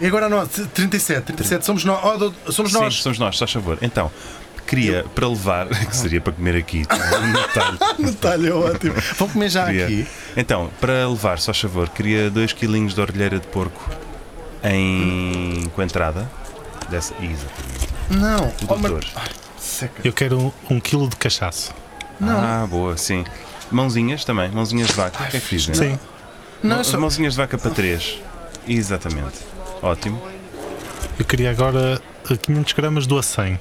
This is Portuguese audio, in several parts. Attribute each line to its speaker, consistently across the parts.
Speaker 1: E agora nós, 37, 37, somos nós. Oh, doutor, somos
Speaker 2: Sim,
Speaker 1: nós.
Speaker 2: somos nós, faz favor. Então, queria para levar, que seria para comer aqui, um detalhe.
Speaker 1: No talho, é ótimo. Vão comer já
Speaker 2: Queria-
Speaker 1: aqui.
Speaker 2: Então, para levar, só favor, queria 2 quilinhos de orelheira de porco em coentrada. Dessa... Exatamente.
Speaker 1: Não,
Speaker 2: O
Speaker 1: oh, mas-
Speaker 2: doutor.
Speaker 1: Seca.
Speaker 3: Eu quero um, um quilo de cachaço.
Speaker 2: Ah, boa, sim. Mãozinhas também, mãozinhas de vaca. O que é que fiz, né?
Speaker 3: Sim.
Speaker 1: Não,
Speaker 2: Mão-
Speaker 1: eu só-
Speaker 2: Mãozinhas de vaca para 3. Exatamente. Ótimo.
Speaker 3: Eu queria agora eh, 500 gramas do acém.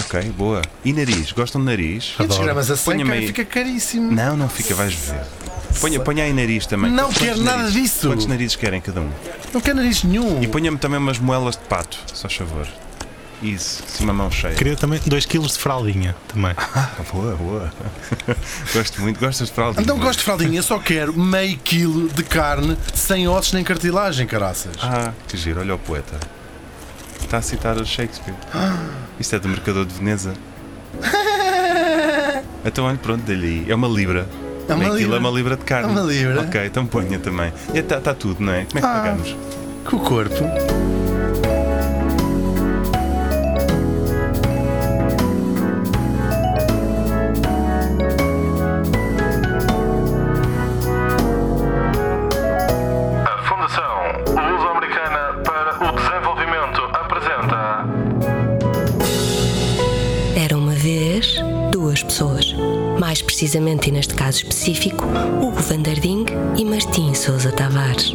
Speaker 2: Ok, boa. E nariz? Gostam de nariz?
Speaker 1: 500 gramas a 100,
Speaker 2: Ponha-me
Speaker 1: cara,
Speaker 2: aí.
Speaker 1: fica caríssimo.
Speaker 2: Não, não fica, vais ver. Ponha, ponha aí nariz também.
Speaker 1: Não
Speaker 2: Quantos
Speaker 1: quero nada
Speaker 2: narizes-
Speaker 1: disso.
Speaker 2: Quantos narizes querem cada um?
Speaker 1: Não quero nariz nenhum.
Speaker 2: E ponha-me também umas moelas de pato, só favor. Isso, assim uma mão cheia.
Speaker 3: Queria também 2 quilos de fraldinha também.
Speaker 2: Ah, boa, boa. Gosto muito, gostas de fraldinha?
Speaker 1: Então gosto de fraldinha, eu só quero meio quilo de carne sem ossos nem cartilagem, caraças.
Speaker 2: Ah, que giro, olha o poeta. Está a citar o Shakespeare. Isto é do Mercador de Veneza. Então olha, pronto, dê-lhe aí. É uma libra.
Speaker 1: É uma
Speaker 2: Meio quilo
Speaker 1: libra.
Speaker 2: é uma libra de carne.
Speaker 1: É uma libra.
Speaker 2: Ok, então ponha também. Está tá tudo, não é? Como é que
Speaker 1: Ah.
Speaker 2: pagamos?
Speaker 1: Com o corpo.
Speaker 4: A Fundação Luso-Americana para o Desenvolvimento apresenta
Speaker 5: Era uma vez duas pessoas. Mais precisamente, e neste caso específico, Hugo Vandarding e Martim Sousa Tavares.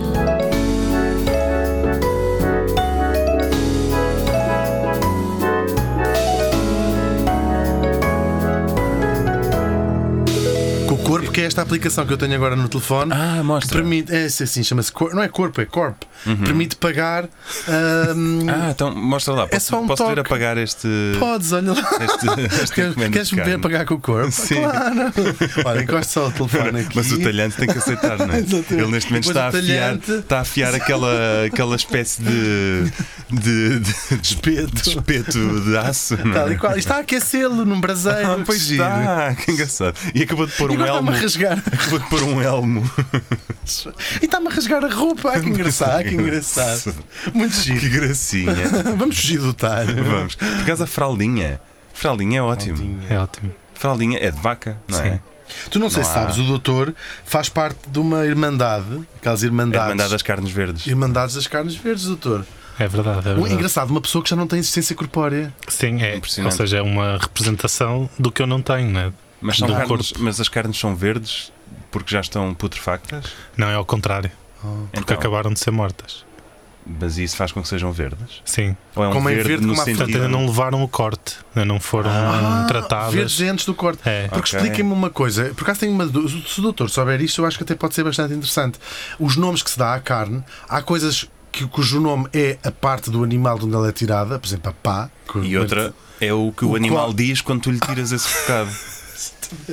Speaker 1: Com o corpo, que é esta aplicação que eu tenho agora no telefone.
Speaker 2: Ah,
Speaker 1: que
Speaker 2: mostra.
Speaker 1: Permite, é assim, chama-se cor- não é corpo, é corpo. Permite pagar. ahm,
Speaker 2: Ah, então mostra lá. Posso,
Speaker 1: só um
Speaker 2: posso vir
Speaker 1: toque.
Speaker 2: a pagar este.
Speaker 1: Podes, olha lá.
Speaker 2: Este, este
Speaker 1: Queres,
Speaker 2: encomenda
Speaker 1: queres
Speaker 2: de
Speaker 1: me ver
Speaker 2: carne.
Speaker 1: pagar com o corpo?
Speaker 2: Sim.
Speaker 1: Claro. Ah, Olha, encosta só o telefone aqui.
Speaker 2: Mas o talhante tem que aceitar, não é?
Speaker 1: Exatamente.
Speaker 2: Ele neste momento
Speaker 1: Depois
Speaker 2: está a,
Speaker 1: o
Speaker 2: afiar,
Speaker 1: talhante-
Speaker 2: está a afiar aquela, aquela espécie de, de, de, de espeto. de espeto de aço. não é?
Speaker 1: Tal e qual. Isto Está a aquecê-lo num braseiro.
Speaker 2: Ah,
Speaker 1: que
Speaker 2: pois
Speaker 1: está.
Speaker 2: está, que engraçado. E acabou de pôr
Speaker 1: E
Speaker 2: um
Speaker 1: agora
Speaker 2: elmo.
Speaker 1: está-me a rasgar.
Speaker 2: Acabou de pôr um elmo.
Speaker 1: E está-me a rasgar a roupa. Ai, que engraçado, que engraçado. Muito
Speaker 2: Que
Speaker 1: giro.
Speaker 2: gracinha.
Speaker 1: Vamos fugir do talho.
Speaker 2: Vamos. Por causa da fraldinha. Fraldinha é ótimo.
Speaker 3: É ótimo.
Speaker 2: Fraldinha é de vaca, não é?
Speaker 3: Sim.
Speaker 1: Tu não sei se
Speaker 2: há.
Speaker 1: sabes, o doutor faz parte de uma irmandade, aquelas
Speaker 2: É
Speaker 1: irmandades.
Speaker 2: mandar das carnes verdes.
Speaker 1: Irmandades das carnes verdes, doutor.
Speaker 3: É verdade, é
Speaker 1: Um-
Speaker 3: verdade.
Speaker 1: Engraçado, uma pessoa que já não tem existência corpórea.
Speaker 3: Sim, é. Ou
Speaker 2: Impressionante.
Speaker 3: seja, é uma representação do que eu não tenho, né?
Speaker 2: Mas, são
Speaker 3: do
Speaker 2: carnes,
Speaker 3: corpo.
Speaker 2: mas as carnes são verdes porque já estão putrefactas?
Speaker 3: Não, é ao contrário. Porque
Speaker 2: Então,
Speaker 3: acabaram de ser mortas.
Speaker 2: Mas isso faz com que sejam verdes?
Speaker 3: Sim.
Speaker 2: Ou é um
Speaker 1: Como em
Speaker 2: verde,
Speaker 1: verde,
Speaker 2: no
Speaker 1: como há-
Speaker 2: sentido...
Speaker 3: Portanto, ainda não levaram o corte, ainda não foram
Speaker 2: Ah, um
Speaker 3: tratadas.
Speaker 1: Ah, Verdes antes do corte.
Speaker 3: É.
Speaker 1: Porque
Speaker 2: Ok.
Speaker 1: expliquem-me uma coisa, por acaso tenho uma dú- Se o doutor souber isto, eu acho que até pode ser bastante interessante. Os nomes que se dá à carne, há coisas que, cujo nome é a parte do animal de onde ela é tirada, por exemplo, a pá. que-
Speaker 2: E outra é o que o,
Speaker 1: O
Speaker 2: animal
Speaker 1: qual-
Speaker 2: diz quando tu lhe tiras esse bocado.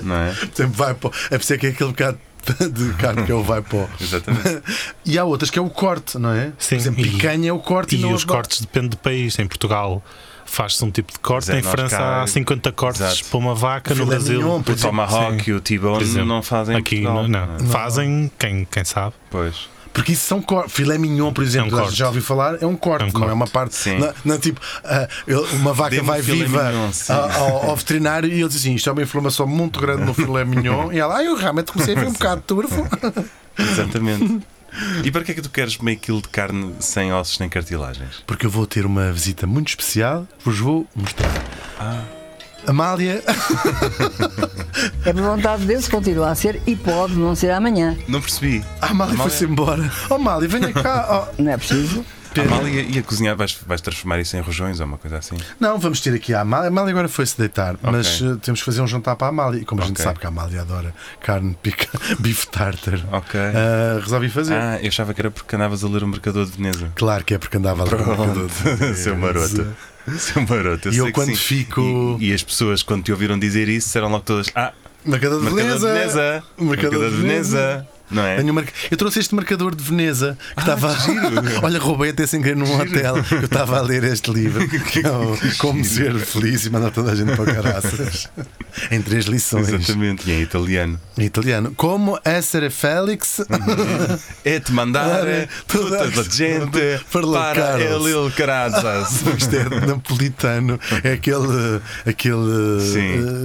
Speaker 2: não é?
Speaker 1: Por exemplo, vai pó. É por isso que é aquele bocado de carne que é o vai pó.
Speaker 2: Exatamente.
Speaker 1: E há outras que é o corte, não é?
Speaker 3: Sim,
Speaker 1: por exemplo,
Speaker 3: e-
Speaker 1: picanha é o corte e,
Speaker 3: E
Speaker 2: então
Speaker 1: não
Speaker 3: os
Speaker 1: a-
Speaker 3: cortes dependem do país. Em Portugal faz-se um tipo de corte,
Speaker 2: Mas é,
Speaker 3: em
Speaker 2: nós
Speaker 3: França
Speaker 2: cá-
Speaker 3: há 50 cortes
Speaker 2: Exato.
Speaker 3: para uma vaca, no
Speaker 1: Filé
Speaker 3: Brasil.
Speaker 1: mignon, por
Speaker 2: O tomahawk
Speaker 3: Sim.
Speaker 2: e o
Speaker 3: Por
Speaker 2: t-bone
Speaker 3: exemplo,
Speaker 2: não fazem em
Speaker 3: aqui
Speaker 2: Portugal,
Speaker 3: não, não.
Speaker 2: é?
Speaker 3: Fazem, quem, quem sabe.
Speaker 2: Pois.
Speaker 1: Porque isso são cortes. Filé mignon, por exemplo,
Speaker 3: corte.
Speaker 1: já ouvi falar, é um corte,
Speaker 3: É um
Speaker 1: não é
Speaker 3: corte.
Speaker 1: uma parte.
Speaker 2: Sim.
Speaker 1: Não, não, tipo, ah, eu- uma vaca
Speaker 2: Dê-me
Speaker 1: vai
Speaker 2: um filé
Speaker 1: viva
Speaker 2: mignon, sim.
Speaker 1: a- ao, ao veterinário e ele diz assim: isto é uma inflamação muito grande no filé mignon. E ela, ah, eu realmente comecei a ver um bocado turvo.
Speaker 2: Exatamente. E para que é que tu queres meio quilo de carne sem ossos nem cartilagens?
Speaker 1: Porque eu vou ter uma visita muito especial, vos vou mostrar.
Speaker 2: Ah.
Speaker 1: Amália,
Speaker 6: É por vontade deles continuar a ser e pode não ser amanhã.
Speaker 2: Não percebi.
Speaker 1: a Amália
Speaker 2: Amália-
Speaker 1: foi-se embora. Oh, Amália, venha cá. Oh,
Speaker 6: Não é preciso.
Speaker 2: A mal ia, ia cozinhar, vais, vais transformar isso em rojões ou uma coisa assim?
Speaker 1: Não, vamos ter aqui a Amália. A Amália agora foi-se deitar, mas eh, temos que fazer um jantar para a Amália. E como a gente
Speaker 2: Ok.
Speaker 1: sabe que a Amália adora carne, pica, bife tártaro,
Speaker 2: Ok.
Speaker 1: eh, resolvi fazer.
Speaker 2: Ah, eu achava que era porque andavas a ler o Mercador de Veneza.
Speaker 1: Claro que é porque andava ali no mercado.
Speaker 2: Seu maroto. Seu maroto.
Speaker 1: E eu
Speaker 2: sei que
Speaker 1: quando
Speaker 2: sim.
Speaker 1: fico-
Speaker 2: E, e as pessoas, quando te ouviram dizer isso, disseram logo todas: Ah,
Speaker 1: Mercado de
Speaker 2: Mercador de
Speaker 1: Veneza.
Speaker 2: Veneza!
Speaker 1: Mercador de Veneza.
Speaker 2: Não é? Ah,
Speaker 1: Tenho um marca- Eu trouxe este marcador de Veneza que estava. Olha, roubei até sem querer num hotel. Eu estava a ler este livro. que é o Como ser feliz e mandar toda a gente para o caraças. em três
Speaker 2: um
Speaker 1: lições.
Speaker 2: Exatamente. E em italiano.
Speaker 1: Em italiano. Como essere Félix.
Speaker 2: É te mandar toda a gente
Speaker 1: Para lá,
Speaker 2: para
Speaker 1: Carlos.
Speaker 2: ele, carazas.
Speaker 1: Isto é napolitano, é aquele. aquele eh,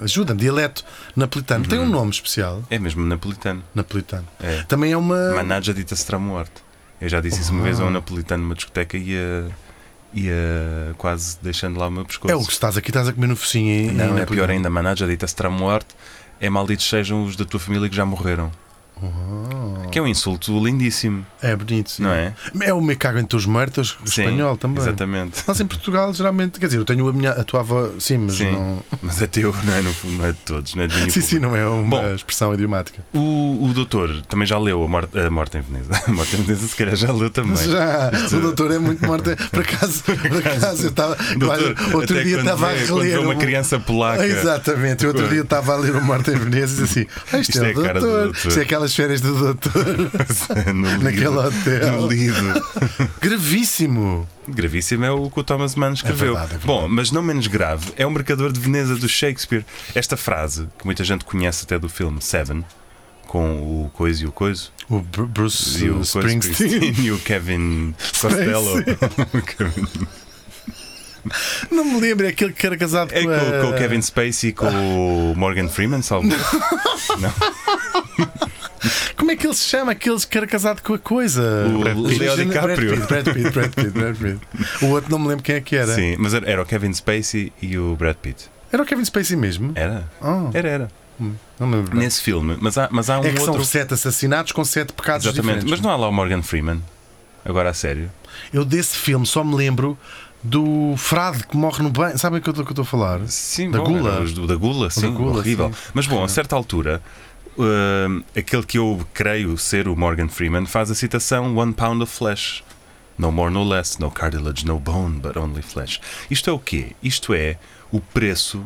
Speaker 1: eh, Ajuda-me, dialeto napolitano. Tem um nome especial,
Speaker 2: É mesmo napolitano.
Speaker 1: napolitano.
Speaker 2: Uhum. É.
Speaker 1: Também é uma.
Speaker 2: Managgia di Tastramuarte. Eu já disse isso uma vez a um napolitano numa discoteca e ia, ia quase deixando lá o meu pescoço.
Speaker 1: É o que estás aqui, estás a comer no focinho. em- em
Speaker 2: Não, é
Speaker 1: napolitano.
Speaker 2: pior ainda. Managgia di Tastramuarte é malditos sejam os da tua família que já morreram. Que é um insulto lindíssimo,
Speaker 1: É bonito. sim.
Speaker 2: não é?
Speaker 1: É o me cago em teus mortos
Speaker 2: Sim,
Speaker 1: espanhol também.
Speaker 2: Exatamente.
Speaker 1: Nós em Portugal geralmente, quer dizer, eu tenho a minha, a tua avó, sim, mas
Speaker 2: Sim.
Speaker 1: não.
Speaker 2: Mas é teu, não é? No fundo, não é de todos, não é de nenhum
Speaker 1: Sim, sim, não é uma
Speaker 2: Bom.
Speaker 1: expressão idiomática.
Speaker 2: O, o doutor também já leu a morte, a morte em Veneza. A morte em Veneza, se calhar, já leu também.
Speaker 1: Mas já, o doutor é muito morto. Por acaso, por acaso eu estava.
Speaker 2: Doutor,
Speaker 1: quase- outro
Speaker 2: até
Speaker 1: dia
Speaker 2: quando
Speaker 1: estava a
Speaker 2: vê- quando vê
Speaker 1: reler. um-
Speaker 2: uma
Speaker 1: o-
Speaker 2: criança polaca.
Speaker 1: Exatamente, eu outro dia estava a ler o Morte em Veneza e disse assim: ah, isto, é, o
Speaker 2: a cara do
Speaker 1: doutor.
Speaker 2: doutor.
Speaker 1: Isto é aquelas férias do doutor.
Speaker 2: No lido.
Speaker 1: Naquele hotel.
Speaker 2: No lido.
Speaker 1: Gravíssimo.
Speaker 2: Gravíssimo é o que o Thomas Mann escreveu.
Speaker 1: verdade, é verdade.
Speaker 2: Bom, mas não menos grave é o mercador de Veneza do Shakespeare. Esta frase, que muita gente conhece até do filme Seven, com o Coiso e o Coiso,
Speaker 1: O Bru- Bruce
Speaker 2: e o Coiso
Speaker 1: Springsteen.
Speaker 2: Springsteen e o Kevin Costello. O Kevin-
Speaker 1: Não me lembro, é aquele que era casado
Speaker 2: É
Speaker 1: com,
Speaker 2: com,
Speaker 1: a...
Speaker 2: com o Kevin Spacey e com o Morgan Freeman, salvo.
Speaker 1: Como é que ele se chama? Aqueles que era casado com a coisa.
Speaker 2: O
Speaker 1: Brad Pitt.
Speaker 2: Leo DiCaprio.
Speaker 1: Brad Pitt, Brad Pitt, Brad Pitt, Brad Pitt. O outro não me lembro quem é que era.
Speaker 2: Sim, mas era, era o Kevin Spacey e o Brad Pitt.
Speaker 1: Era o Kevin Spacey mesmo?
Speaker 2: Era?
Speaker 1: Oh,
Speaker 2: Era, era.
Speaker 1: não me lembro.
Speaker 2: Nesse filme. Mas há, mas há um
Speaker 1: é que
Speaker 2: outro.
Speaker 1: são sete assassinatos com sete pecados
Speaker 2: Exatamente.
Speaker 1: diferentes.
Speaker 2: Mas não há lá o Morgan Freeman. Agora a sério.
Speaker 1: Eu desse filme só me lembro do frade que morre no banho. Sabem o que eu estou- que eu estou a falar?
Speaker 2: Sim,
Speaker 1: Da
Speaker 2: bom,
Speaker 1: gula.
Speaker 2: era os do- Da gula, sim,
Speaker 1: gula,
Speaker 2: horrível.
Speaker 1: sim.
Speaker 2: Mas bom, a certa altura, hum, aquele que eu creio ser o Morgan Freeman faz a citação One pound of flesh. No more, no less, no cartilage, no bone, but only flesh. Isto é o quê? Isto é o preço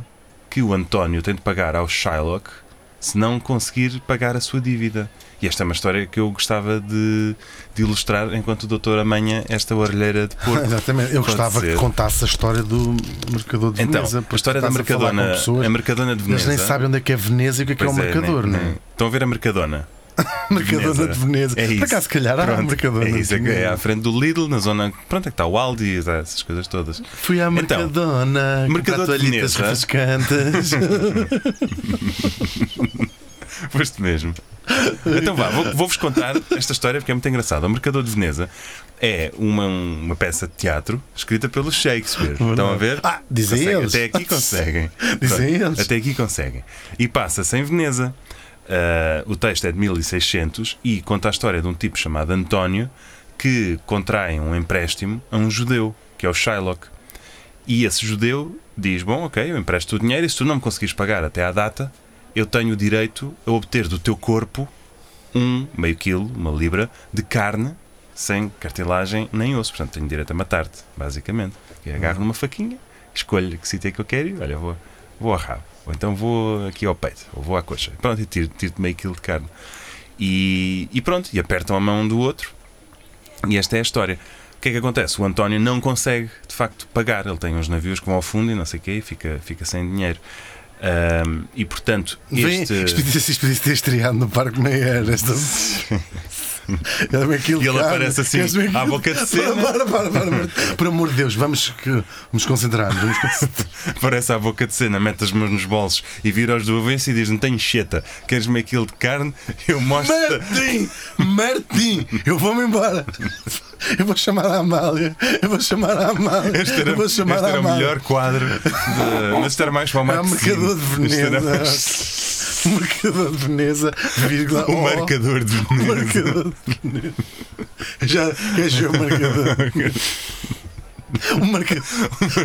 Speaker 2: que o António tem de pagar ao Shylock se não conseguir pagar a sua dívida. E esta é uma história que eu gostava de, de ilustrar enquanto o doutor amanha esta orelheira de porco.
Speaker 1: Exatamente. Eu
Speaker 2: Pode
Speaker 1: gostava
Speaker 2: ser.
Speaker 1: que contasse a história do mercador de
Speaker 2: Então,
Speaker 1: Veneza.
Speaker 2: a
Speaker 1: porque
Speaker 2: história da
Speaker 1: estás a falar com
Speaker 2: Mercadona.
Speaker 1: pessoas,
Speaker 2: A Mercadona É de Veneza.
Speaker 1: Eles nem sabem onde é que é Veneza e o que é que é o
Speaker 2: Pois é,
Speaker 1: mercador,
Speaker 2: nem-
Speaker 1: não é?
Speaker 2: nem- Estão a ver a Mercadona?
Speaker 1: Mercadona de Veneza.
Speaker 2: É isso.
Speaker 1: Por acaso, se calhar, há
Speaker 2: Pronto,
Speaker 1: um mercador.
Speaker 2: É
Speaker 1: na
Speaker 2: isso, é que
Speaker 1: Veneza.
Speaker 2: é à frente do Lidl, na zona. Pronto, é que está o Aldi, tá, essas coisas todas.
Speaker 1: Fui à
Speaker 2: Então,
Speaker 1: Mercadona,
Speaker 2: Mercador
Speaker 1: comprar
Speaker 2: de
Speaker 1: toalhitas
Speaker 2: Veneza.
Speaker 1: refrescantes.
Speaker 2: Foste mesmo. Então vá, vou- vou-vos contar esta história porque é muito engraçada. O Mercador de Veneza é uma, uma peça de teatro escrita pelo Shakespeare. Estão a ver?
Speaker 1: Ah, dizem
Speaker 2: Conseguem.
Speaker 1: eles.
Speaker 2: Até aqui conseguem.
Speaker 1: Dizem
Speaker 2: Pronto,
Speaker 1: eles.
Speaker 2: Até aqui conseguem. E passa-se em Veneza. Ah, o texto é de 1600 e conta a história de um tipo chamado António que contrai um empréstimo a um judeu, que é o Shylock. E esse judeu diz: Bom, ok, eu empresto o dinheiro e se tu não me conseguires pagar até à data, eu tenho o direito a obter do teu corpo um meio quilo, uma libra, de carne sem cartilagem nem osso. Portanto, tenho direito a matar-te, basicamente. Eu agarro numa faquinha, escolho que sítio é que eu quero e olha, vou, vou ao rabo. Ou então vou aqui ao peito, ou vou à coxa. Pronto, e tiro- tiro-te meio quilo de carne. E, e pronto, e apertam a mão um do outro. E esta é a história. O que é que acontece? O António não consegue, de facto, pagar. Ele tem uns navios que vão ao fundo e não sei o quê, e fica, fica sem dinheiro. Ahm, e portanto,
Speaker 1: Vem,
Speaker 2: este.
Speaker 1: isto podia- isto podia ter estreado no Parque Meyer. Esta... Ele, aquilo,
Speaker 2: E ele
Speaker 1: cara,
Speaker 2: aparece assim,
Speaker 1: queres ver
Speaker 2: à
Speaker 1: aquilo?
Speaker 2: boca de cena.
Speaker 1: Para, para, para, para. Por amor de Deus, vamos que- nos concentrar. Vamos concentrar.
Speaker 2: Parece à boca de cena, mete as mãos nos bolsos e vira-os do avesso e diz: Não tenho cheta, queres-me aquilo de carne? Eu mostro.
Speaker 1: Martim! Martim! Eu vou-me embora. Eu vou chamar a Amália. Eu vou chamar a Amália.
Speaker 2: Este era,
Speaker 1: eu vou
Speaker 2: este
Speaker 1: chamar a
Speaker 2: era o
Speaker 1: Amália.
Speaker 2: melhor quadro, de, mas isto era mais para o
Speaker 1: Era o
Speaker 2: Marquesino.
Speaker 1: mercador de
Speaker 2: Isto era-
Speaker 1: Veneza. Mercador de Veneza, vírgula.
Speaker 2: O
Speaker 1: O
Speaker 2: marcador de Veneza.
Speaker 1: Oh. marcador de Veneza. Já queres ver o marcador? O marcador.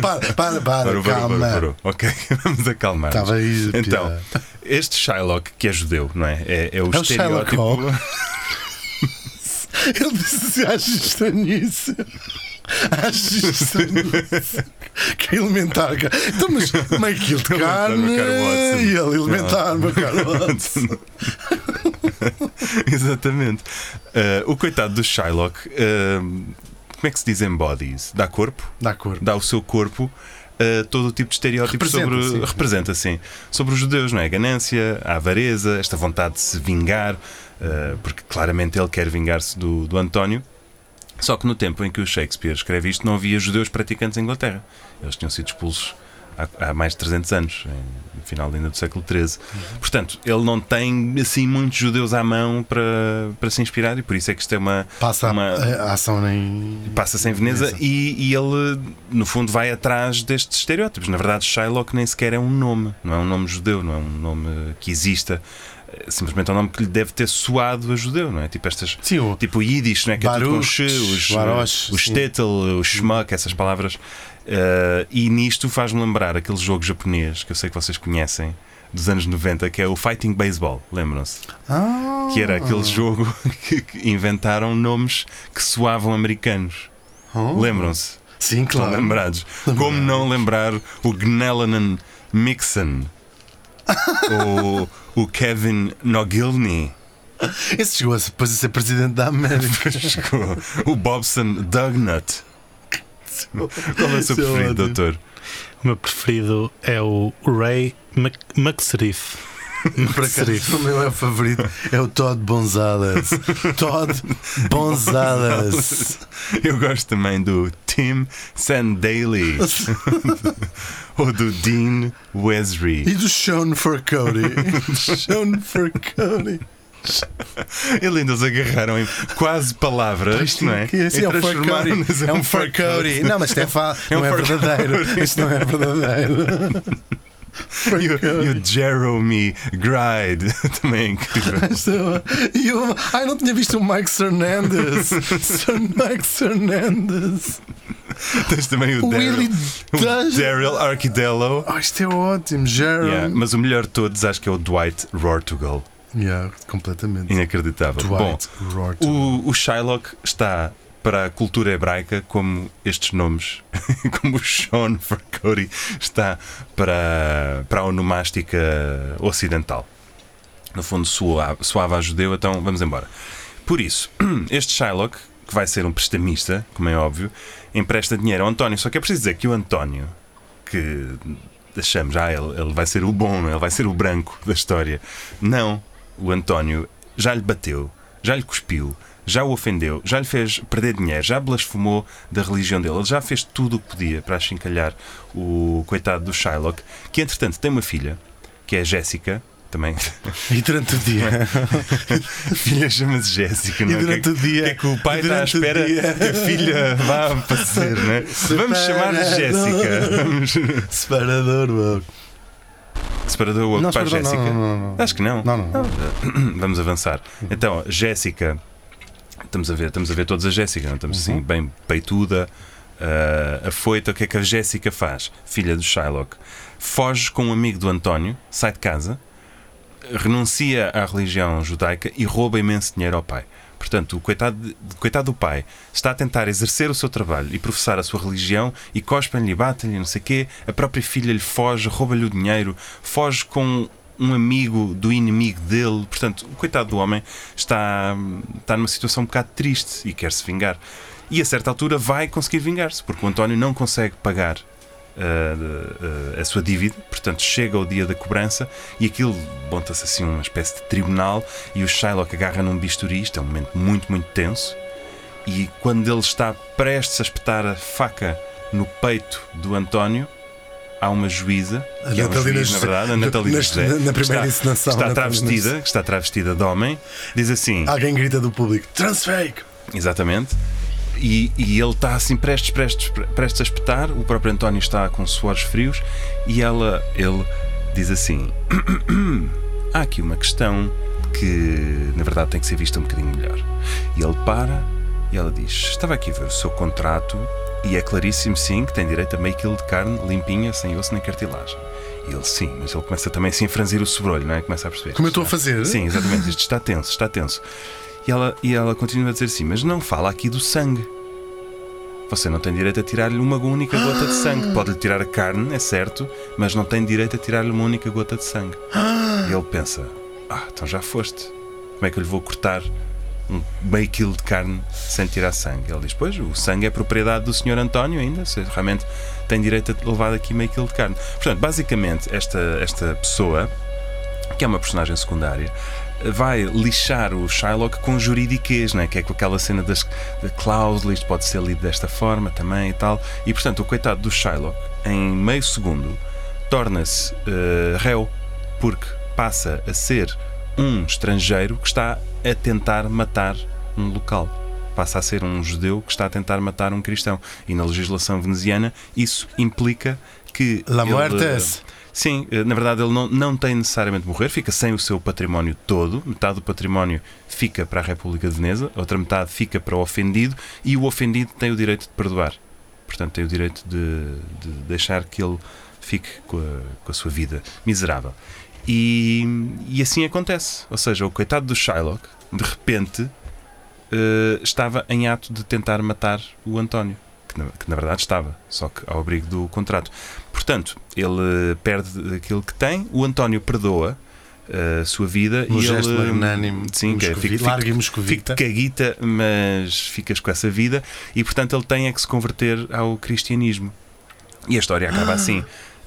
Speaker 1: Para, para, para.
Speaker 2: Parou, parou, parou,
Speaker 1: Calma.
Speaker 2: parou. Ok, vamos acalmar.
Speaker 1: Estava aí. a
Speaker 2: Então,
Speaker 1: piada.
Speaker 2: este Shylock, que é judeu, não é? É, é o
Speaker 1: É o Sherlock
Speaker 2: estereótipo.
Speaker 1: Holmes. Ele disse assim: achas estranhice. Achas estranhice. Que elementar. cara." Então, mas como é que ele de
Speaker 2: Elementar,
Speaker 1: carne?
Speaker 2: meu caro Watson.
Speaker 1: E ele elementar, meu caro Watson.
Speaker 2: Exatamente. Eh, o coitado do Shylock, eh, como é que se diz em bodies? Dá corpo?
Speaker 1: Dá cor.
Speaker 2: Dá o seu corpo. a todo o tipo de estereótipos
Speaker 1: Representa,
Speaker 2: sobre
Speaker 1: sim.
Speaker 2: representa assim sobre os judeus não é a ganância a avareza esta vontade de se vingar eh, porque claramente ele quer vingar-se do, do António só que no tempo em que o Shakespeare escreve isto não havia judeus praticantes em Inglaterra eles tinham sido expulsos há, há mais de 300 anos em- no final ainda do século XIII portanto ele não tem assim muitos judeus à mão para, para se inspirar e por isso é que isto é uma
Speaker 1: Passa a-
Speaker 2: uma-
Speaker 1: a, a ação em.
Speaker 2: Passa-se em Veneza
Speaker 1: Veneza.
Speaker 2: e, e ele, no fundo, vai atrás destes estereótipos. Na verdade, Shylock nem sequer é um nome, não é um nome judeu, não é um nome que exista. É Simplesmente é um nome que lhe deve ter soado a judeu, não é? Tipo estas.
Speaker 1: Sim, o-
Speaker 2: Tipo o Yiddish, não é? Que é tudo com
Speaker 1: Baruch,
Speaker 2: sh, os,
Speaker 1: Barosh,
Speaker 2: os
Speaker 1: sim.
Speaker 2: Tetzel, o Schmuck, essas palavras. Eh, e nisto faz-me lembrar aquele jogo japonês que eu sei que vocês conhecem, dos anos 90, que é o Fighting Baseball, lembram-se?
Speaker 1: Ah,
Speaker 2: Que era aquele jogo que, que inventaram nomes que soavam americanos.
Speaker 1: Oh.
Speaker 2: Lembram-se?
Speaker 1: Sim,
Speaker 2: Estão
Speaker 1: claro.
Speaker 2: lembrados. Como não lembrar o Gnellanan Mixon? ou o Kevin Nogilny?
Speaker 1: Esse chegou a ser- depois a ser presidente da América.
Speaker 2: o Bobson Dugnut? Qual é o seu
Speaker 1: Isso é
Speaker 2: preferido,
Speaker 1: ótimo.
Speaker 2: doutor?
Speaker 3: O meu preferido é o Ray Mc McSerif.
Speaker 1: Por acaso, o meu é o favorito é o Todd Gonzalez. Todd Gonzalez.
Speaker 2: Eu gosto também do Tim Sandaly ou do Dean Wesry.
Speaker 1: e do Sean for Cody. Sean for Cody.
Speaker 2: Ele ainda os agarraram em quase palavras, não é?
Speaker 1: Que esse
Speaker 2: E
Speaker 1: é um for Cody.
Speaker 2: transformaram-nos em
Speaker 1: É um for Cody. Não, mas isto é, fa...
Speaker 2: É um
Speaker 1: não é
Speaker 2: for
Speaker 1: verdadeiro.
Speaker 2: Cody.
Speaker 1: Isto não é verdadeiro. For
Speaker 2: E o, e
Speaker 1: Cody.
Speaker 2: o Jeremy Gride também é incrível.
Speaker 1: Isto é- E o... Ai, não tinha visto o Mike Fernandes. Sir Mike Fernandes.
Speaker 2: Tens também o
Speaker 1: O
Speaker 2: Daryl.
Speaker 1: Willie
Speaker 2: O
Speaker 1: Dash.
Speaker 2: Daryl Arquidello.
Speaker 1: Oh, isto é ótimo. Jaron.
Speaker 2: Yeah, mas o melhor de todos acho que é o Dwight Rortugal.
Speaker 1: Yeah, completamente.
Speaker 2: Inacreditável.
Speaker 1: Dwight
Speaker 2: Bom,
Speaker 1: Rorty.
Speaker 2: o, o Shylock está para a cultura hebraica como estes nomes, como o Sean for Cody está para, para a onomástica ocidental. No fundo, soa- soava a judeu, então vamos embora. Por isso, este Shylock, que vai ser um prestamista, como é óbvio, empresta dinheiro ao António. Só que é preciso dizer que o António, que achamos, ah, ele, ele vai ser o bom, ele vai ser o branco da história. Não, o António já lhe bateu, já lhe cuspiu, já o ofendeu, já lhe fez perder dinheiro, já blasfemou da religião dele. Ele já fez tudo o que podia para achincalhar o coitado do Shylock, que entretanto tem uma filha, que é a Jéssica. Também.
Speaker 1: E durante o dia.
Speaker 2: A filha chama-se Jéssica, não é?
Speaker 1: durante
Speaker 2: Que é
Speaker 1: o
Speaker 2: que-
Speaker 1: dia,
Speaker 2: que é que o pai
Speaker 1: e
Speaker 2: está à
Speaker 1: durante o
Speaker 2: espera
Speaker 1: dia.
Speaker 2: que a filha vá aparecer, não é? Vamos chamar-lhe Jéssica. Vamos-
Speaker 1: Separador, meu.
Speaker 2: Separador woke
Speaker 1: Não,
Speaker 2: para a
Speaker 1: separador,
Speaker 2: Jéssica?
Speaker 1: não, não, não, não.
Speaker 2: Acho que não. Hum,
Speaker 1: Não, não, não.
Speaker 2: Vamos avançar. Então, Jéssica. Estamos a ver, estamos a ver todos a Jéssica, não estamos assim, bem peituda, ah, afoita. O que é que a Jéssica faz, filha do Shylock? Foge com um amigo do António, sai de casa, renuncia à religião judaica e rouba imenso dinheiro ao pai. Portanto, o coitado, de- coitado do pai está a tentar exercer o seu trabalho e professar a sua religião e cospem-lhe, e batem-lhe, não sei quê. A própria filha lhe foge, rouba-lhe o dinheiro, foge com um amigo do inimigo dele. Portanto, o coitado do homem está, está numa situação um bocado triste e quer-se vingar. E a certa altura vai conseguir vingar-se, porque o António não consegue pagar uh, uh, a sua dívida, portanto chega o dia da cobrança e aquilo monta-se assim uma espécie de tribunal e o Shylock agarra num bisturi, isto é um momento muito, muito tenso, e quando ele está prestes a espetar a faca no peito do António, há uma juíza,
Speaker 1: A
Speaker 2: que é uma
Speaker 1: Natalina
Speaker 2: juiz, na
Speaker 1: José.
Speaker 2: verdade, a Natalina
Speaker 1: Na-
Speaker 2: José,
Speaker 1: na- na
Speaker 2: que
Speaker 1: primeira
Speaker 2: está,
Speaker 1: encenação,
Speaker 2: que está
Speaker 1: Natalina
Speaker 2: travestida,
Speaker 1: José.
Speaker 2: que está travestida de homem, diz assim,
Speaker 1: Alguém grita do público: Transfake!
Speaker 2: Exatamente. E, e ele está assim prestes, prestes, prestes a espetar. O próprio António está com suores frios e ela, ele diz assim: Há aqui uma questão que na verdade tem que ser vista um bocadinho melhor. E ele para e ela diz: Estava aqui a ver o seu contrato e é claríssimo, sim, que tem direito a meio quilo de carne limpinha, sem osso nem cartilagem. E ele, sim, mas ele começa também assim a franzir o sobrolho, não é? Começa a perceber.
Speaker 1: Como eu estou a
Speaker 2: Isto é-
Speaker 1: fazer?
Speaker 2: Sim, exatamente. Isto está tenso, está tenso. E ela, e ela continua a dizer assim: Mas não fala aqui do sangue. Você não tem direito a tirar-lhe uma única gota de sangue. Pode-lhe tirar a carne, é certo, mas não tem direito a tirar-lhe uma única gota de sangue. E ele pensa: Ah, então já foste. como é que eu lhe vou cortar um meio quilo de carne sem tirar sangue? Ele diz: Pois, o sangue é propriedade do senhor António ainda, se realmente tem direito a levar daqui meio quilo de carne. Portanto, basicamente, esta, esta pessoa, que é uma personagem secundária, vai lixar o Shylock com juridiquês, né? que é com aquela cena das da cláusula, isto pode ser lido desta forma também e tal. E portanto, o coitado do Shylock, em meio segundo, torna-se eh, réu, porque passa a ser um estrangeiro que está a tentar matar um local. Passa a ser um judeu que está a tentar matar um cristão. E na legislação veneziana, isso implica que.
Speaker 1: La
Speaker 2: ele-
Speaker 1: muertes.
Speaker 2: Sim, eh, na verdade ele não, não tem necessariamente de morrer, fica sem o seu património todo. Metade do património fica para a República de Veneza, outra metade fica para o ofendido e o ofendido tem o direito de perdoar. Portanto, tem o direito de, de deixar que ele fique com a, com a sua vida miserável. E, e assim acontece. Ou seja, o coitado do Shylock, de repente, eh, estava em ato de tentar matar o António. Que na, que na verdade estava, só que ao abrigo do contrato. Portanto, ele eh, perde aquilo que tem, o António perdoa eh, a sua vida
Speaker 1: Um
Speaker 2: e
Speaker 1: gesto
Speaker 2: ele. hum,
Speaker 1: magnânimo, um
Speaker 2: Sim, que é,
Speaker 1: moscovi-
Speaker 2: fica- fica-
Speaker 1: largo e moscovita.
Speaker 2: Fico caguita, mas ficas com essa vida e portanto ele tem é que se converter ao cristianismo. E a história acaba
Speaker 1: Ah.
Speaker 2: assim.